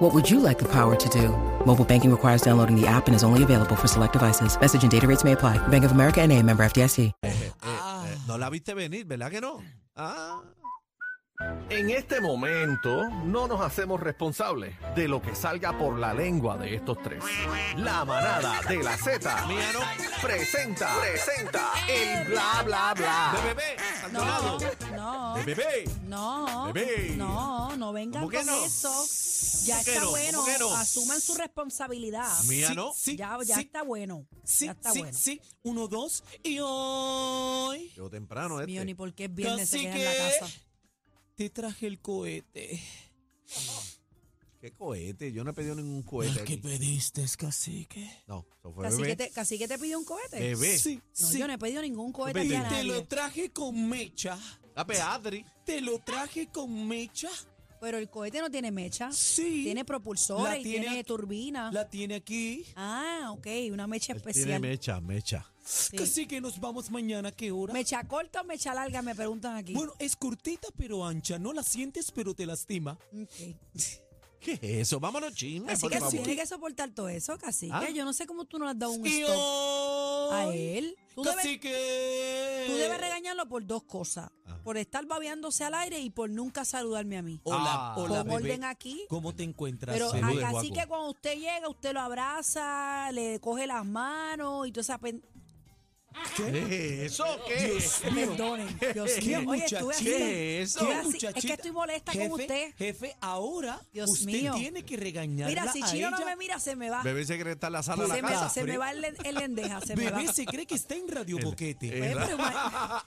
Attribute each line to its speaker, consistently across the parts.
Speaker 1: What would you like the power to do? Mobile banking requires downloading the app and is only available for select devices. Message and data rates may apply. Bank of America and a member FDIC.
Speaker 2: Eh, eh,
Speaker 3: Ah.
Speaker 2: no la viste venir, ¿verdad que no? Ah.
Speaker 4: En este momento no nos hacemos responsables de lo que salga por la lengua de estos tres. La manada de la Z
Speaker 2: Mía no.
Speaker 4: presenta, presenta el bla bla
Speaker 2: De
Speaker 4: bla.
Speaker 2: bebé, Maldonado.
Speaker 3: No, no,
Speaker 2: De bebé.
Speaker 3: no,
Speaker 2: Bebé.
Speaker 3: no, no vengan
Speaker 2: ¿Cómo que
Speaker 3: con
Speaker 2: no?
Speaker 3: eso. Ya
Speaker 2: ¿Cómo que
Speaker 3: está
Speaker 2: no?
Speaker 3: bueno,
Speaker 2: ¿Cómo que no?
Speaker 3: asuman su responsabilidad.
Speaker 2: Mía no.
Speaker 3: ya ya está bueno,
Speaker 5: Sí,
Speaker 3: ya está
Speaker 5: sí,
Speaker 3: bueno.
Speaker 5: sí. Uno, dos y hoy
Speaker 2: Yo temprano
Speaker 3: Mío, ni
Speaker 2: este.
Speaker 3: porque es viernes se
Speaker 5: Así
Speaker 3: queda en la
Speaker 5: que-
Speaker 3: casa.
Speaker 5: te traje el cohete.
Speaker 2: ¿Qué cohete? Yo no he pedido ningún cohete
Speaker 5: El que
Speaker 2: aquí.
Speaker 5: pediste, cacique.
Speaker 2: No, eso fue
Speaker 3: Casi que,
Speaker 2: Pues, bebé.
Speaker 3: te, casi que te pidió un cohete.
Speaker 2: Bebé.
Speaker 5: Sí,
Speaker 3: No,
Speaker 5: sí.
Speaker 3: yo no he pedido ningún cohete
Speaker 2: Vete.
Speaker 3: aquí a
Speaker 2: no
Speaker 5: Te lo
Speaker 3: nadie.
Speaker 5: traje con mecha.
Speaker 2: Ah, pues, Adri.
Speaker 5: Te lo traje con mecha.
Speaker 3: Pero el cohete no tiene mecha,
Speaker 5: Sí.
Speaker 3: tiene propulsora
Speaker 5: La
Speaker 3: y
Speaker 5: tiene
Speaker 3: tiene,
Speaker 5: aquí.
Speaker 3: turbina.
Speaker 5: La tiene aquí.
Speaker 3: Ah, ok, una mecha
Speaker 2: Tiene
Speaker 3: especial.
Speaker 2: mecha, mecha.
Speaker 3: Sí.
Speaker 5: Así que nos vamos mañana. ¿Qué hora?
Speaker 3: Mecha corta o mecha larga, me preguntan aquí.
Speaker 5: Bueno, es cortita pero ancha. No la sientes pero te lastima.
Speaker 3: Ok.
Speaker 2: ¿Qué es eso? Vámonos, chisme.
Speaker 3: Así
Speaker 2: por
Speaker 3: que
Speaker 2: favor.
Speaker 3: sí, tiene que soportar todo eso, cacique.
Speaker 2: Ah.
Speaker 3: Yo no sé cómo tú no le has dado un
Speaker 5: Y
Speaker 3: stop a
Speaker 5: hoy.
Speaker 3: él. Tú debes,
Speaker 5: Cacique.
Speaker 3: tú debes regañarlo por dos cosas.
Speaker 2: Ajá.
Speaker 3: Por estar babeándose al aire y por nunca saludarme a mí.
Speaker 5: Hola,
Speaker 2: Ah.
Speaker 5: hola,
Speaker 3: Con
Speaker 5: bebé.
Speaker 3: orden aquí.
Speaker 5: ¿Cómo te encuentras?
Speaker 3: Pero
Speaker 5: bebé?
Speaker 3: a
Speaker 2: saluden,
Speaker 3: cacique
Speaker 2: guapo.
Speaker 3: cuando usted llega, usted lo abraza, le coge las manos y toda esa... pen-
Speaker 2: ¿Qué es eso? ¿Qué es?
Speaker 3: Perdonen, Dios
Speaker 5: ¿Qué
Speaker 3: mío. Oye, estuve así.
Speaker 5: muchachita?
Speaker 2: eso?
Speaker 3: estuve
Speaker 5: ¿Qué
Speaker 3: así. Es que
Speaker 5: muchachita?
Speaker 3: estoy molesta
Speaker 5: jefe,
Speaker 3: con usted.
Speaker 5: Jefe, ahora
Speaker 3: Dios
Speaker 5: usted
Speaker 3: mío.
Speaker 5: tiene que regañarla
Speaker 3: Mira, si
Speaker 5: a
Speaker 3: Chino no
Speaker 5: ella.
Speaker 3: me mira, se me va.
Speaker 2: Bebé secreta en la sala de la
Speaker 3: Se me,
Speaker 2: casa.
Speaker 3: se me va el, len- el lendeja, se me va. Pues,
Speaker 5: Bebé se cree que está en Radio Boquete.
Speaker 3: Oye, pero ima-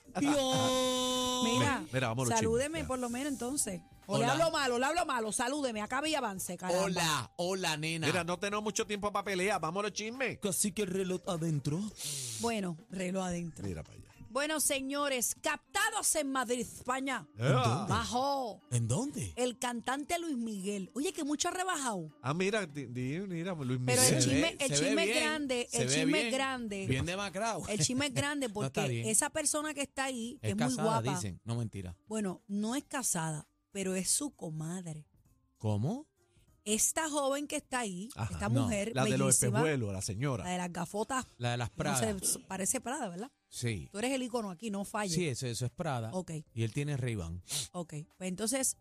Speaker 5: Dios.
Speaker 3: Mira,
Speaker 2: Ven, mira, vámonos, chicos.
Speaker 3: salúdeme
Speaker 2: Ya.
Speaker 3: por lo menos entonces. O le
Speaker 5: Hola.
Speaker 3: hablo malo, le hablo malo, salúdeme, acabe y avance, caramba.
Speaker 5: Hola, hola, nena.
Speaker 2: Mira, no tenemos mucho tiempo para pelear. Vámonos, chisme.
Speaker 5: Casi que el reloj adentro.
Speaker 3: Bueno, reloj adentro.
Speaker 2: Mira para allá.
Speaker 3: Bueno, señores, captados en Madrid, España,
Speaker 2: Ah.
Speaker 3: bajo
Speaker 5: ¿En dónde?
Speaker 3: el cantante Luis Miguel. Oye, que mucho ha rebajado.
Speaker 2: Ah, mira, di- di- mira, Luis Miguel.
Speaker 3: Pero el
Speaker 5: Se
Speaker 3: chisme,
Speaker 5: ve- se
Speaker 3: el
Speaker 5: ve
Speaker 3: chisme es
Speaker 5: bien,
Speaker 3: grande,
Speaker 5: se
Speaker 3: el
Speaker 5: ve
Speaker 3: chisme es
Speaker 5: bien,
Speaker 3: grande.
Speaker 5: Bien demacrado.
Speaker 3: El chisme es grande porque
Speaker 5: está bien.
Speaker 3: esa persona que está ahí, que es,
Speaker 5: Es
Speaker 3: muy
Speaker 5: casada,
Speaker 3: guapa,
Speaker 5: dicen. No, mentira.
Speaker 3: bueno, no es casada, pero es su comadre.
Speaker 5: ¿Cómo?
Speaker 3: Esta joven que está ahí,
Speaker 2: Ajá,
Speaker 3: esta
Speaker 5: no,
Speaker 3: mujer
Speaker 2: la de los
Speaker 3: bellísima,
Speaker 2: espejuelos, la señora.
Speaker 3: la de las gafotas
Speaker 5: La de las
Speaker 3: No
Speaker 5: Prada.
Speaker 3: sé, parece Prada, ¿verdad?
Speaker 5: Sí.
Speaker 3: Tú eres el icono aquí, no falles.
Speaker 5: Sí, eso, eso es Prada.
Speaker 3: Ok,
Speaker 5: Y él tiene ray -Ban.
Speaker 3: ok. Pues entonces,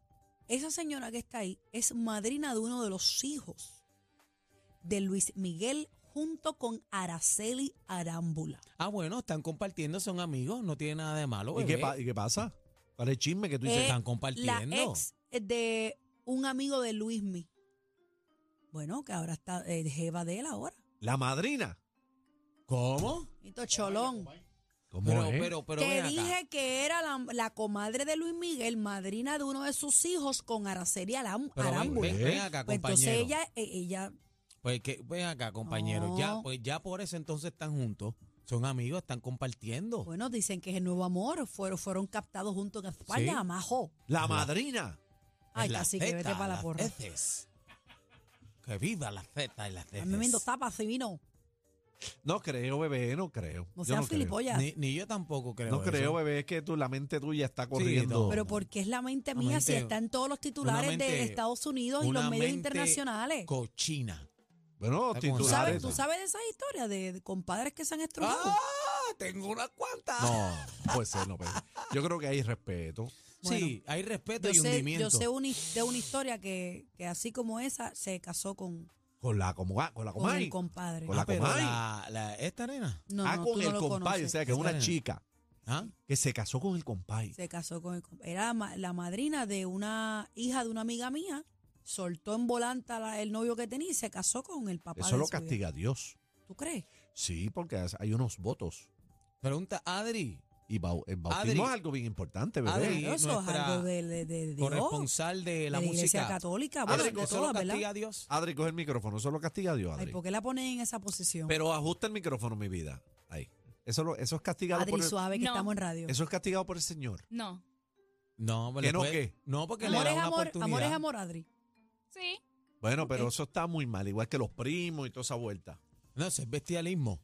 Speaker 3: esa señora que está ahí es madrina de uno de los hijos de Luis Miguel junto con Araceli Arámbula.
Speaker 5: Ah, bueno, están compartiendo, son amigos, no tiene nada de malo.
Speaker 2: ¿Y, qué
Speaker 5: bebé.
Speaker 2: pa- y qué pasa? ¿Cuál es el chisme que tú dices?
Speaker 3: Eh,
Speaker 5: están
Speaker 3: La
Speaker 5: compartiendo.
Speaker 3: ex eh, de un amigo de Luismi. Bueno, que ahora está eh, jeva de él ahora.
Speaker 2: La madrina.
Speaker 5: ¿Cómo?
Speaker 3: Esto cholón.
Speaker 2: ¿Cómo
Speaker 5: Pero,
Speaker 2: es?
Speaker 5: pero, pero.
Speaker 3: que
Speaker 5: ven acá.
Speaker 3: dije que era la, la comadre de Luis Miguel, madrina de uno de sus hijos con Araceli Aram-
Speaker 5: Pero ven-
Speaker 3: Arámbula.
Speaker 5: ven, ven acá,
Speaker 3: Pues entonces
Speaker 5: compañero.
Speaker 3: ella, eh, ella
Speaker 5: Pues que, ven acá, compañero.
Speaker 3: No.
Speaker 5: Ya, pues ya por eso entonces están juntos. Son amigos, están compartiendo.
Speaker 3: Bueno, dicen que es el nuevo amor. Fueron, fueron captados juntos en España,
Speaker 5: Sí.
Speaker 3: majo.
Speaker 2: La madrina.
Speaker 3: Ay,
Speaker 5: En las
Speaker 3: casi que vete
Speaker 5: zetas,
Speaker 3: para la
Speaker 5: las
Speaker 3: porra.
Speaker 5: heces. Que viva la Z y las
Speaker 3: A mí me
Speaker 5: heces.
Speaker 3: tapa si vino.
Speaker 2: No creo, bebé, no creo.
Speaker 3: No
Speaker 2: Yo
Speaker 3: seas
Speaker 2: no creo.
Speaker 3: filipollas.
Speaker 5: Ni, ni yo tampoco creo.
Speaker 2: No
Speaker 5: eso.
Speaker 2: creo, bebé, es que tú, la mente tuya está corriendo.
Speaker 5: no.
Speaker 3: Pero porque es la mente
Speaker 5: Una
Speaker 3: mía si
Speaker 5: mente-
Speaker 3: está en todos los titulares de
Speaker 5: una mente-
Speaker 3: Estados Unidos y los
Speaker 5: una
Speaker 3: medios
Speaker 5: mente
Speaker 3: internacionales.
Speaker 5: Cochina.
Speaker 2: bueno,
Speaker 5: Está con
Speaker 3: ¿Tú
Speaker 5: tú
Speaker 3: sabes,
Speaker 2: titulares.
Speaker 3: ¿Tú sabes de esas historias de, de compadres que se han estrujado?
Speaker 5: ¡Ah! Tengo unas cuantas.
Speaker 2: No, puede ser, no, bebé. Yo creo que hay respeto.
Speaker 5: sí, hay respeto
Speaker 3: Yo
Speaker 5: y
Speaker 3: sé,
Speaker 5: hundimiento.
Speaker 3: yo sé una his- de una historia que, que así como esa se casó con,
Speaker 2: Con la, como, ah, con la
Speaker 3: con
Speaker 2: comay.
Speaker 3: el compadre.
Speaker 2: Con la
Speaker 5: Ah, pero
Speaker 2: comay.
Speaker 5: la, la- esta nena.
Speaker 3: No,
Speaker 2: ah,
Speaker 3: no,
Speaker 2: con
Speaker 3: tú no
Speaker 2: el
Speaker 3: lo
Speaker 2: compay. O
Speaker 3: conoces.
Speaker 2: sea, que es una
Speaker 5: Esta nena.
Speaker 2: chica
Speaker 5: ¿Ah?
Speaker 2: que se casó con el compay.
Speaker 3: se casó con el compa- Era la, ma- la madrina de una hija de una amiga mía. Soltó en volanta la- el novio que tenía y se casó con el papá
Speaker 2: Eso
Speaker 3: de
Speaker 2: lo
Speaker 3: su hija.
Speaker 2: castiga Dios.
Speaker 3: ¿Tú crees?
Speaker 2: Sí, porque hay unos votos.
Speaker 5: Pregunta Adri,
Speaker 2: Y bau- el bautismo
Speaker 5: Adri.
Speaker 2: es algo bien importante, bebé.
Speaker 5: Adri,
Speaker 3: Claro, eso es
Speaker 5: nuestra
Speaker 3: algo de, de, de Dios,
Speaker 5: corresponsal de la
Speaker 3: de iglesia
Speaker 5: música.
Speaker 3: católica. Bueno,
Speaker 5: Adri,
Speaker 3: de
Speaker 5: eso lo
Speaker 3: todas,
Speaker 5: castiga
Speaker 3: ¿verdad? Ah.
Speaker 5: a Dios.
Speaker 2: Adri, coge el micrófono. Eso lo castiga Dios,
Speaker 3: Ay,
Speaker 2: Adri.
Speaker 3: ¿Por qué la ponen en esa posición?
Speaker 2: Pero ajusta el micrófono, mi vida. Ahí. Eso, lo- eso es castigado por
Speaker 3: Adri
Speaker 2: el,
Speaker 3: Suave, que
Speaker 6: No.
Speaker 3: estamos en radio.
Speaker 2: Eso es castigado por el Señor.
Speaker 6: No.
Speaker 5: No, pero
Speaker 2: ¿Que
Speaker 5: le
Speaker 2: no
Speaker 5: puede-
Speaker 2: qué?
Speaker 5: No, porque
Speaker 3: amor
Speaker 5: le da
Speaker 3: es
Speaker 5: una
Speaker 3: amor,
Speaker 5: oportunidad.
Speaker 3: amor es amor, Adri.
Speaker 6: Sí.
Speaker 2: Bueno, pero
Speaker 3: Ok.
Speaker 2: eso está muy mal, igual que los primos y toda esa vuelta.
Speaker 5: No, eso es bestialismo.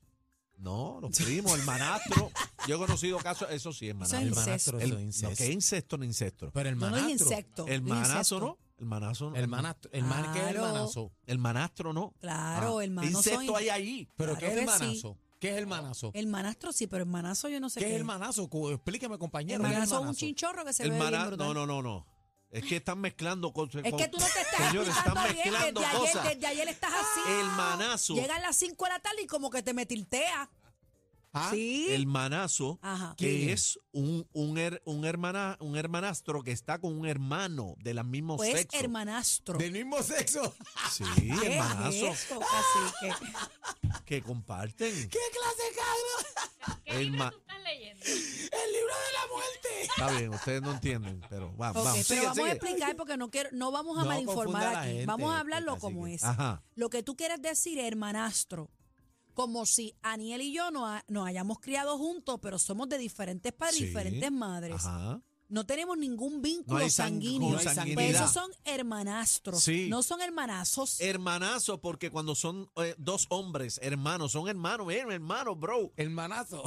Speaker 2: No, los primos, el manastro. Yo he conocido casos, eso sí, el
Speaker 3: Eso es
Speaker 5: El
Speaker 2: manastro.
Speaker 3: incesto.
Speaker 5: manastro, eso
Speaker 2: El-
Speaker 5: es
Speaker 2: no,
Speaker 5: incesto.
Speaker 2: que incesto, no incesto.
Speaker 5: Pero el
Speaker 3: No, no es
Speaker 5: manastro.
Speaker 3: insecto.
Speaker 2: El
Speaker 3: es
Speaker 2: manazo
Speaker 3: incesto.
Speaker 2: no. El manazo no.
Speaker 5: El manastro. El man que es el
Speaker 3: Claro.
Speaker 5: manazo.
Speaker 2: El manastro no.
Speaker 3: Claro,
Speaker 2: Ah,
Speaker 3: el manazo.
Speaker 2: Incesto hay ahí.
Speaker 5: ¿Pero
Speaker 3: Claro
Speaker 5: qué es el
Speaker 3: que sí.
Speaker 5: manazo? ¿Qué es el manazo?
Speaker 3: El manastro sí, pero el manazo yo no sé
Speaker 5: ¿Qué es el manazo? Cu- Explíqueme,
Speaker 3: El
Speaker 5: compañero. ¿qué es
Speaker 3: manazo es un chinchorro que se
Speaker 2: El
Speaker 3: ve bien
Speaker 2: mana-
Speaker 3: brutal.
Speaker 2: No, no, no, no. Es que están mezclando cosas.
Speaker 3: Es que
Speaker 2: con-
Speaker 3: tú no te estás
Speaker 2: Señores, están
Speaker 3: explicando bien.
Speaker 2: mezclando
Speaker 3: Desde ayer,
Speaker 2: cosas. Eh,
Speaker 3: desde ayer estás así.
Speaker 2: El manazo.
Speaker 3: Llegan las 5 de la tarde y como que te metiltea.
Speaker 5: Ah,
Speaker 3: Sí.
Speaker 2: El manazo,
Speaker 3: Ajá.
Speaker 5: ¿Quién?
Speaker 2: que es un, un, her- un, hermana, un hermanastro que está con un hermano del mismo
Speaker 3: Pues
Speaker 2: sexo. Ah, eh,
Speaker 3: hermanastro.
Speaker 5: Del mismo sexo.
Speaker 2: Sí, Ah,
Speaker 3: ¿Qué
Speaker 2: hermanazo.
Speaker 3: es eso, cacique?
Speaker 2: Que comparten.
Speaker 5: ¿Qué clase de cabrón?
Speaker 6: ¿Qué
Speaker 2: El
Speaker 6: libro
Speaker 2: ma-
Speaker 6: tú estás leyendo?
Speaker 5: El libro de la muerte.
Speaker 2: Está bien, ustedes no entienden, pero va-
Speaker 3: Ok,
Speaker 2: vamos.
Speaker 3: pero
Speaker 2: sigue,
Speaker 3: vamos a
Speaker 2: sigue.
Speaker 3: explicar porque no quiero, no vamos a
Speaker 5: No
Speaker 3: malinformar
Speaker 5: confunda a la
Speaker 3: aquí.
Speaker 5: gente,
Speaker 3: vamos a
Speaker 5: este,
Speaker 3: hablarlo
Speaker 5: cacique.
Speaker 3: como es.
Speaker 2: Ajá.
Speaker 3: Lo que tú quieres decir, hermanastro, como si Aniel y yo no ha- nos hayamos criado juntos, pero somos de diferentes padres,
Speaker 2: Sí.
Speaker 3: diferentes madres.
Speaker 2: Ajá.
Speaker 3: No tenemos ningún
Speaker 2: No
Speaker 3: vínculo
Speaker 2: hay
Speaker 3: sanguíneo.
Speaker 5: no hay sanguinidad.
Speaker 3: Pues
Speaker 2: sanguinidad.
Speaker 3: esos son hermanastros,
Speaker 2: Sí.
Speaker 3: no son hermanazos.
Speaker 2: Hermanazo, porque cuando son eh, dos hombres, hermanos, son hermanos, ven, hermano, bro.
Speaker 5: El manazo.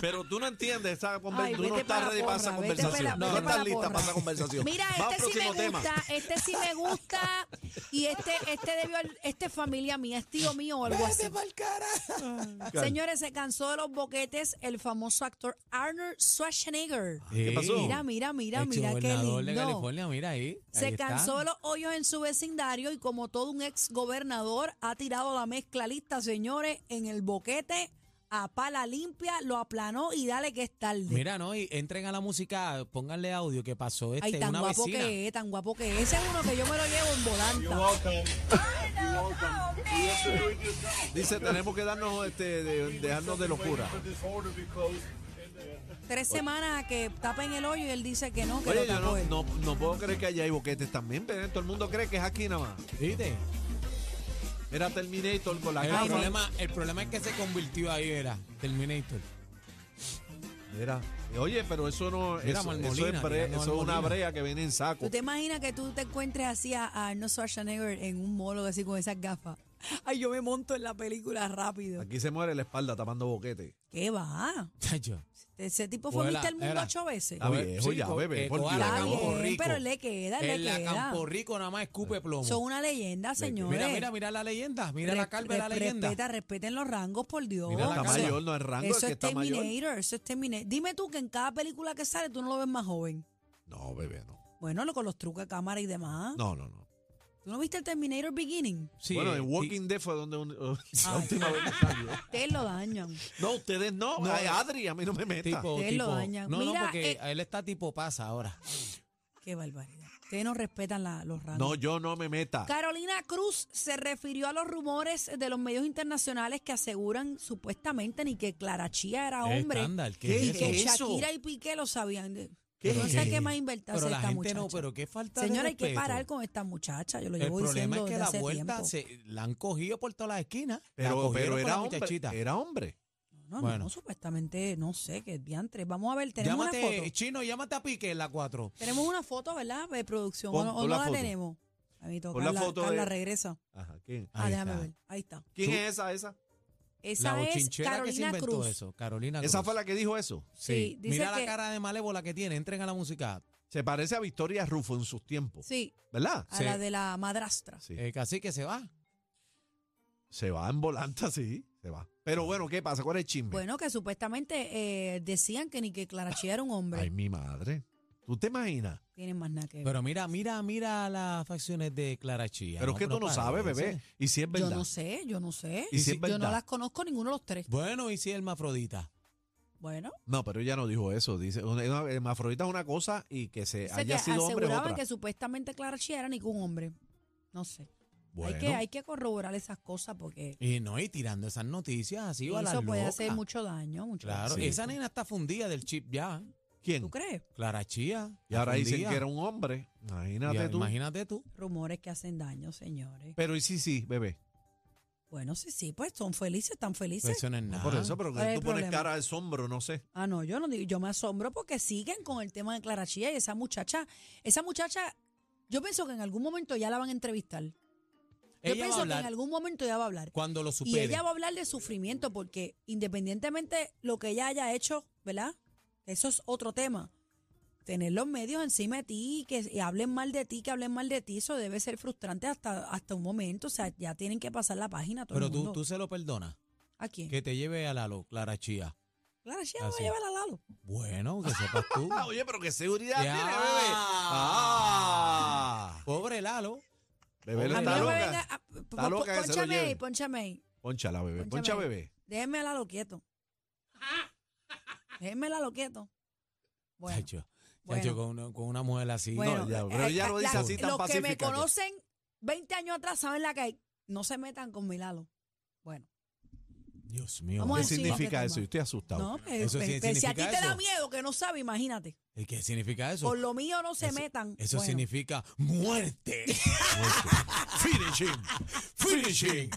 Speaker 2: Pero tú no entiendes esa
Speaker 3: Ay,
Speaker 2: conversación. Tú no
Speaker 3: vete pa'
Speaker 2: estás
Speaker 3: la
Speaker 2: ready para esa
Speaker 3: porra, vete pa' la-
Speaker 2: conversación.
Speaker 3: vete
Speaker 2: no
Speaker 3: pa' la
Speaker 2: estás lista
Speaker 3: porra.
Speaker 2: para esa conversación.
Speaker 3: Mira,
Speaker 2: Vamos al
Speaker 3: este sí me
Speaker 2: próximo tema.
Speaker 3: gusta, este sí me gusta y este este debió al- este es familia mía, es tío mío o algo así.
Speaker 5: pa'l cara.
Speaker 3: Señores, se cansó de los boquetes el famoso actor Arnold Schwarzenegger.
Speaker 2: ¿Qué pasó?
Speaker 3: Mira, mira, mira, mira qué
Speaker 5: Exgobernador de
Speaker 3: lindo.
Speaker 5: California, mira ahí. ahí
Speaker 3: Se
Speaker 5: está.
Speaker 3: cansó de los hoyos en su vecindario y como todo un ex gobernador ha tirado la mezcla lista, señores, en el boquete a pala limpia, lo aplanó y dale que es tarde.
Speaker 5: Mira, no, y entren a la música, pónganle audio que pasó este,
Speaker 3: Ay, tan
Speaker 5: una
Speaker 3: guapo
Speaker 5: vecina.
Speaker 3: que es, tan guapo que es. Ese es uno que yo me lo llevo en volanta.
Speaker 2: Dice, tenemos que darnos, este, de- dejarnos de locura.
Speaker 3: Tres semanas a que tapen el hoyo y él dice que no, que
Speaker 2: Oye,
Speaker 3: lo
Speaker 2: yo
Speaker 3: tapó
Speaker 2: no,
Speaker 3: él.
Speaker 2: no, no puedo creer que allá hay boquetes también. ¿ven? Todo el mundo cree que es aquí nada más.
Speaker 5: ¿Viste?
Speaker 2: Era Terminator con la
Speaker 5: El,
Speaker 2: cámara.
Speaker 5: problema, el problema es que se convirtió ahí, era Terminator.
Speaker 2: Mira, eh, oye, pero eso no
Speaker 5: Mira,
Speaker 2: eso,
Speaker 5: Malmolina,
Speaker 2: eso es, bre-
Speaker 5: tirando
Speaker 2: eso es una
Speaker 5: Malmolina.
Speaker 2: brea que viene en saco.
Speaker 3: ¿Tú te imaginas que tú te encuentres así a a Arnold Schwarzenegger en un molo así con esas gafas? Ay, yo me monto en la película rápido.
Speaker 2: Aquí se muere la espalda tapando boquete.
Speaker 3: ¿Qué va?
Speaker 5: Chacho.
Speaker 3: Ese tipo fue
Speaker 5: Vuela, Ah,
Speaker 3: Mr. Mundo
Speaker 5: era.
Speaker 3: ocho veces.
Speaker 2: Está bien,
Speaker 5: Sí,
Speaker 2: ya,
Speaker 5: co-
Speaker 2: bebé,
Speaker 5: eh,
Speaker 2: por
Speaker 5: coala,
Speaker 2: Dios.
Speaker 3: Está
Speaker 5: Campo
Speaker 3: bien,
Speaker 5: Rico.
Speaker 3: pero le queda, le
Speaker 5: en la
Speaker 3: queda.
Speaker 5: Campo Rico nada más escupe plomo.
Speaker 3: Son una leyenda, señores.
Speaker 5: mira, mira, mira la leyenda. Mira la
Speaker 3: Res-
Speaker 5: calva de la
Speaker 3: res-
Speaker 5: leyenda.
Speaker 3: Respeta, respeten los rangos, por Dios.
Speaker 5: Mira la
Speaker 2: está
Speaker 5: cara.
Speaker 2: mayor, no es rango,
Speaker 3: eso
Speaker 2: es que
Speaker 3: es
Speaker 2: está
Speaker 3: Terminator,
Speaker 2: mayor.
Speaker 3: eso es Terminator. Dime tú que en cada película que sale tú no lo ves más joven.
Speaker 2: No, bebé, no.
Speaker 3: Bueno, lo- con los trucos de cámara y demás.
Speaker 2: No, no, no.
Speaker 3: ¿Tú no viste el Terminator Beginning?
Speaker 5: Sí,
Speaker 2: bueno,
Speaker 5: eh,
Speaker 2: en
Speaker 5: sí.
Speaker 2: Walking Dead fue donde un- la
Speaker 3: Ay.
Speaker 2: última vez que salió.
Speaker 3: Ustedes lo dañan.
Speaker 2: No, ustedes no.
Speaker 5: No,
Speaker 2: Ay, Adri, a mí no me meta.
Speaker 5: Tipo,
Speaker 3: Ustedes lo
Speaker 5: tipo-
Speaker 3: dañan.
Speaker 5: No,
Speaker 3: Mira,
Speaker 5: no, porque
Speaker 3: eh,
Speaker 5: a él está tipo pasa ahora.
Speaker 3: Qué barbaridad. Ustedes no respetan la- los rangos.
Speaker 2: No, yo no me meta.
Speaker 3: Carolina Cruz se refirió a los rumores de los medios internacionales que aseguran supuestamente ni que Clara Chía era hombre.
Speaker 5: Estándar, Ah, ¿qué
Speaker 2: ¿Qué
Speaker 5: es
Speaker 3: y
Speaker 5: eso?
Speaker 3: que
Speaker 2: eso?
Speaker 3: Shakira y Piqué lo sabían. De-
Speaker 5: ¿Qué
Speaker 3: no
Speaker 5: es
Speaker 3: sé
Speaker 5: eso?
Speaker 3: qué más inventarse
Speaker 5: Pero la
Speaker 3: esta
Speaker 5: gente
Speaker 3: muchacha.
Speaker 5: no, pero qué falta de
Speaker 3: Señora, hay que
Speaker 5: respeto.
Speaker 3: parar con esta muchacha. Yo lo
Speaker 5: El
Speaker 3: llevo diciendo
Speaker 5: problema es que
Speaker 3: desde
Speaker 5: la
Speaker 3: hace
Speaker 5: vuelta
Speaker 3: tiempo.
Speaker 5: se, la han cogido por todas las esquinas. La
Speaker 2: Pero,
Speaker 5: cogieron
Speaker 2: pero
Speaker 5: por la
Speaker 2: era hombre.
Speaker 5: muchachita.
Speaker 2: Era hombre.
Speaker 3: No, no,
Speaker 5: Bueno.
Speaker 3: no, supuestamente, no sé, qué diantres. Vamos a ver, tenemos una
Speaker 5: Llámate,
Speaker 3: foto.
Speaker 5: chino, llámate a Piqué en la 4.
Speaker 3: Tenemos una foto, ¿verdad? De producción.
Speaker 2: Pon-
Speaker 3: ¿O no, o
Speaker 2: pon
Speaker 3: no
Speaker 2: la
Speaker 3: la,
Speaker 2: foto.
Speaker 3: tenemos? A mí toca.
Speaker 2: Pon la foto de-
Speaker 3: Carla regresa.
Speaker 2: Ajá, ¿quién?
Speaker 3: Ah,
Speaker 5: Ahí
Speaker 3: déjame
Speaker 5: está.
Speaker 3: ver. Ahí está.
Speaker 2: ¿Quién
Speaker 5: Tú-
Speaker 2: es esa, esa?
Speaker 3: Esa
Speaker 5: la
Speaker 3: es
Speaker 5: bochinchera que se
Speaker 3: Carolina
Speaker 5: inventó
Speaker 3: Cruz.
Speaker 5: eso. Carolina Cruz.
Speaker 2: Esa fue la que dijo eso.
Speaker 3: Sí, dice
Speaker 5: Mira
Speaker 3: que-
Speaker 5: la cara de malévola que tiene. Entren a la música.
Speaker 2: Se parece a Victoria Rufo en sus tiempos.
Speaker 3: Sí,
Speaker 2: ¿Verdad?
Speaker 3: a
Speaker 5: Sí.
Speaker 3: la de la madrastra.
Speaker 2: Sí.
Speaker 5: Eh, casi que se va.
Speaker 2: Se va en volanta, sí. Se va. Pero bueno, ¿qué pasa? ¿Cuál es el chisme?
Speaker 3: Bueno, que supuestamente eh, decían que ni que Clara Chía era un hombre.
Speaker 2: Ay, mi madre. ¿Tú te imaginas?
Speaker 3: Tienen más nada que ver.
Speaker 5: Pero mira, mira, mira las facciones de Clara Chía.
Speaker 2: Pero es que tú no sabes,
Speaker 5: parece.
Speaker 2: bebé. Y si es
Speaker 3: yo
Speaker 2: verdad.
Speaker 3: no sé, yo no sé.
Speaker 2: Y si es
Speaker 3: yo no
Speaker 2: verdad.
Speaker 3: las conozco ninguno de los tres.
Speaker 5: Bueno, y si es hermafrodita.
Speaker 3: Bueno,
Speaker 2: No, pero ella no dijo eso. Dice, una- una- hermafrodita es una cosa y que se
Speaker 3: dice que
Speaker 2: haya sido hombre es
Speaker 3: aseguraban
Speaker 2: otra.
Speaker 3: que supuestamente Clara Chía era ningún hombre. No sé.
Speaker 2: Bueno,
Speaker 3: Hay, que, hay que corroborar esas cosas porque
Speaker 5: Y no, y tirando esas noticias así va la
Speaker 3: eso puede hacer
Speaker 5: loca.
Speaker 3: mucho daño. Mucho
Speaker 5: Claro,
Speaker 3: daño.
Speaker 2: Sí.
Speaker 5: esa nena está fundida del chip ya.
Speaker 2: ¿quién?
Speaker 3: ¿Tú crees?
Speaker 5: Clara Chía.
Speaker 2: Y ahora
Speaker 5: está
Speaker 2: dicen
Speaker 5: fundida.
Speaker 2: que era un hombre.
Speaker 5: Y
Speaker 2: Imagínate
Speaker 5: ahora
Speaker 2: tú.
Speaker 5: Imagínate tú.
Speaker 3: Rumores que hacen daño, señores.
Speaker 2: Pero y sí, sí, bebé.
Speaker 3: Bueno, sí, sí, pues son felices, están felices.
Speaker 5: Pues eso no es
Speaker 2: No,
Speaker 5: nada.
Speaker 2: por eso, pero que
Speaker 3: ¿Cuál es
Speaker 2: tú
Speaker 3: el
Speaker 2: pones
Speaker 3: problema?
Speaker 2: cara al sombro, no sé.
Speaker 3: Ah, no, yo no digo, yo me asombro porque siguen con el tema de Clara Chía y esa muchacha, esa muchacha, yo pienso que en algún momento ya la van a entrevistar. Yo
Speaker 5: Ella va a
Speaker 3: pienso que en
Speaker 5: hablar
Speaker 3: algún momento ya va a hablar.
Speaker 5: cuando lo supere.
Speaker 3: Y ella va a hablar de sufrimiento porque independientemente lo que ella haya hecho, ¿verdad? Eso es otro tema. Tener los medios encima de ti, que s- y hablen mal de ti, que hablen mal de ti, eso debe ser frustrante hasta, hasta un momento. O sea, ya tienen que pasar la página todo
Speaker 5: pero
Speaker 3: el
Speaker 5: tú,
Speaker 3: mundo.
Speaker 5: tú se lo perdonas.
Speaker 3: ¿A quién?
Speaker 5: Que te lleve a Lalo, Clara Chía.
Speaker 3: Clara Chía no va a
Speaker 5: Así.
Speaker 3: llevar a Lalo.
Speaker 5: Bueno, que sepas tú.
Speaker 2: Ah, oye, pero qué seguridad
Speaker 5: Ya.
Speaker 2: tiene, bebé. Ah.
Speaker 5: Pobre Lalo.
Speaker 2: Bebé
Speaker 5: Pero
Speaker 3: A mí
Speaker 2: está
Speaker 3: no me
Speaker 2: loca.
Speaker 3: venga- a- pon-
Speaker 2: loca que se lo
Speaker 3: Pónchame ahí,
Speaker 2: lleve.
Speaker 3: pónchame ahí.
Speaker 2: Pónchala, bebé. Poncha,
Speaker 3: Pónchame.
Speaker 2: bebé.
Speaker 3: Déjenme a Lalo quieto. Déjenme a Lalo quieto. Bueno.
Speaker 5: Chacho,
Speaker 3: bueno.
Speaker 5: chacho, con, una, con una mujer así.
Speaker 3: Bueno,
Speaker 2: No,
Speaker 3: eh,
Speaker 2: ya, pero ya lo dice
Speaker 3: la-
Speaker 2: así tan
Speaker 3: Los que me
Speaker 2: pacífica que-
Speaker 3: conocen 20 años atrás saben la que hay. No se metan con mi Lalo. Bueno,
Speaker 5: Dios mío.
Speaker 3: Vamos
Speaker 2: ¿Qué
Speaker 3: a
Speaker 5: ¿qué,
Speaker 3: decir-
Speaker 5: significa,
Speaker 2: significa
Speaker 3: este
Speaker 2: eso?
Speaker 3: tema.
Speaker 2: Yo estoy asustado.
Speaker 3: no, eh,
Speaker 5: eso
Speaker 3: pe-
Speaker 5: sí
Speaker 3: pe- si a ti
Speaker 5: significa
Speaker 3: te da
Speaker 5: eso.
Speaker 3: miedo que no sabe, imagínate.
Speaker 5: eh, ¿qué significa eso?
Speaker 3: Por lo mío no se
Speaker 5: Eso-
Speaker 3: metan.
Speaker 5: Eso
Speaker 3: Bueno,
Speaker 5: significa muerte.
Speaker 2: Finishing.
Speaker 5: Finishing.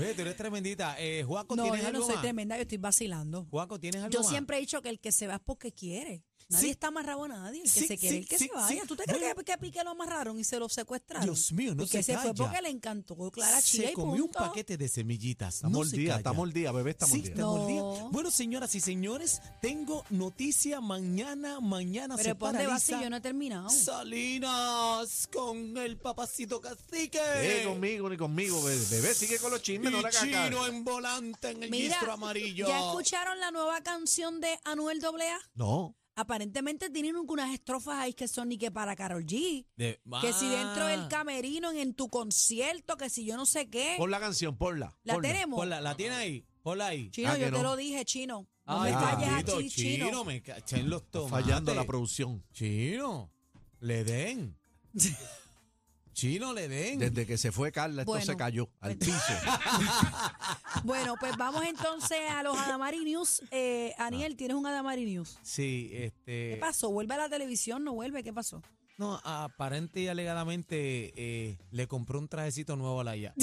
Speaker 5: Oye, tú eres tremendita. Eh, Juaco,
Speaker 3: No,
Speaker 5: ¿tienes
Speaker 3: yo no
Speaker 5: algo
Speaker 3: soy
Speaker 5: más?
Speaker 3: tremenda, yo estoy vacilando.
Speaker 5: Juaco, ¿tienes algo
Speaker 3: Yo
Speaker 5: más?
Speaker 3: siempre he dicho que el que se va es porque quiere. Nadie
Speaker 5: Sí.
Speaker 3: está amarrado a nadie. El que
Speaker 5: Sí,
Speaker 3: se quiere,
Speaker 5: sí,
Speaker 3: el que
Speaker 5: sí,
Speaker 3: se vaya.
Speaker 5: sí.
Speaker 3: ¿Tú te crees
Speaker 5: Bueno.
Speaker 3: que, que a Piqué lo amarraron y se lo secuestraron?
Speaker 5: Dios mío, no
Speaker 3: Piqué
Speaker 5: se
Speaker 3: se, fue
Speaker 5: calla.
Speaker 3: porque le encantó Clara Chía
Speaker 5: se
Speaker 3: y
Speaker 5: comió un
Speaker 3: punto.
Speaker 5: paquete de semillitas.
Speaker 2: Está
Speaker 5: no se
Speaker 2: mordida,
Speaker 5: calla.
Speaker 2: está mordida, bebé, está
Speaker 5: Sí,
Speaker 2: mordida.
Speaker 5: está mordida.
Speaker 3: No.
Speaker 5: Bueno, señoras y señores, tengo noticia mañana, mañana se
Speaker 3: Pero ¿por dónde vas si
Speaker 5: paraliza
Speaker 3: yo no he terminado?
Speaker 5: Salinas con el papacito cacique.
Speaker 2: Sigue conmigo, ni conmigo, bebé. Bebé, sigue con los chismes, no
Speaker 5: Y
Speaker 2: la cagas.
Speaker 5: chino en volante en el
Speaker 3: Mira,
Speaker 5: distro amarillo.
Speaker 3: ¿ya escucharon la nueva canción de Anuel AA?
Speaker 2: No.
Speaker 3: Aparentemente tienen algunas estrofas ahí que son ni que para Carol G.
Speaker 5: De-
Speaker 3: Que si dentro del
Speaker 5: Ah,
Speaker 3: camerino, en, en tu concierto, que si yo no sé qué.
Speaker 2: Pon la canción, ponla.
Speaker 3: ¿La
Speaker 2: ponla.
Speaker 3: tenemos?
Speaker 5: Ponla, la tiene ahí. Hola ahí.
Speaker 3: Chino,
Speaker 2: Ah, que
Speaker 3: yo te
Speaker 2: no.
Speaker 3: lo dije, Chino. No
Speaker 5: Ay,
Speaker 3: me falles a
Speaker 5: bendito,
Speaker 3: ti, Chino.
Speaker 5: me caché en los
Speaker 2: Está
Speaker 5: tomates.
Speaker 2: Fallando la producción.
Speaker 5: Chino, le den. Chino, le den.
Speaker 2: Desde que se fue Carla, esto
Speaker 3: Bueno.
Speaker 2: se cayó al
Speaker 3: Bueno.
Speaker 2: piso.
Speaker 3: Bueno, pues vamos entonces a los Adamari News. Eh, Aniel, tienes un Adamari News.
Speaker 5: Sí, este.
Speaker 3: ¿Qué pasó? ¿Vuelve a la televisión? ¿No vuelve? ¿Qué pasó?
Speaker 5: No, aparente y alegadamente eh, le compró un trajecito nuevo a la IA.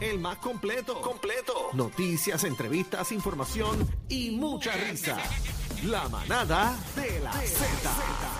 Speaker 4: El más completo. Completo. Noticias, entrevistas, información y mucha risa. La manada de la Z.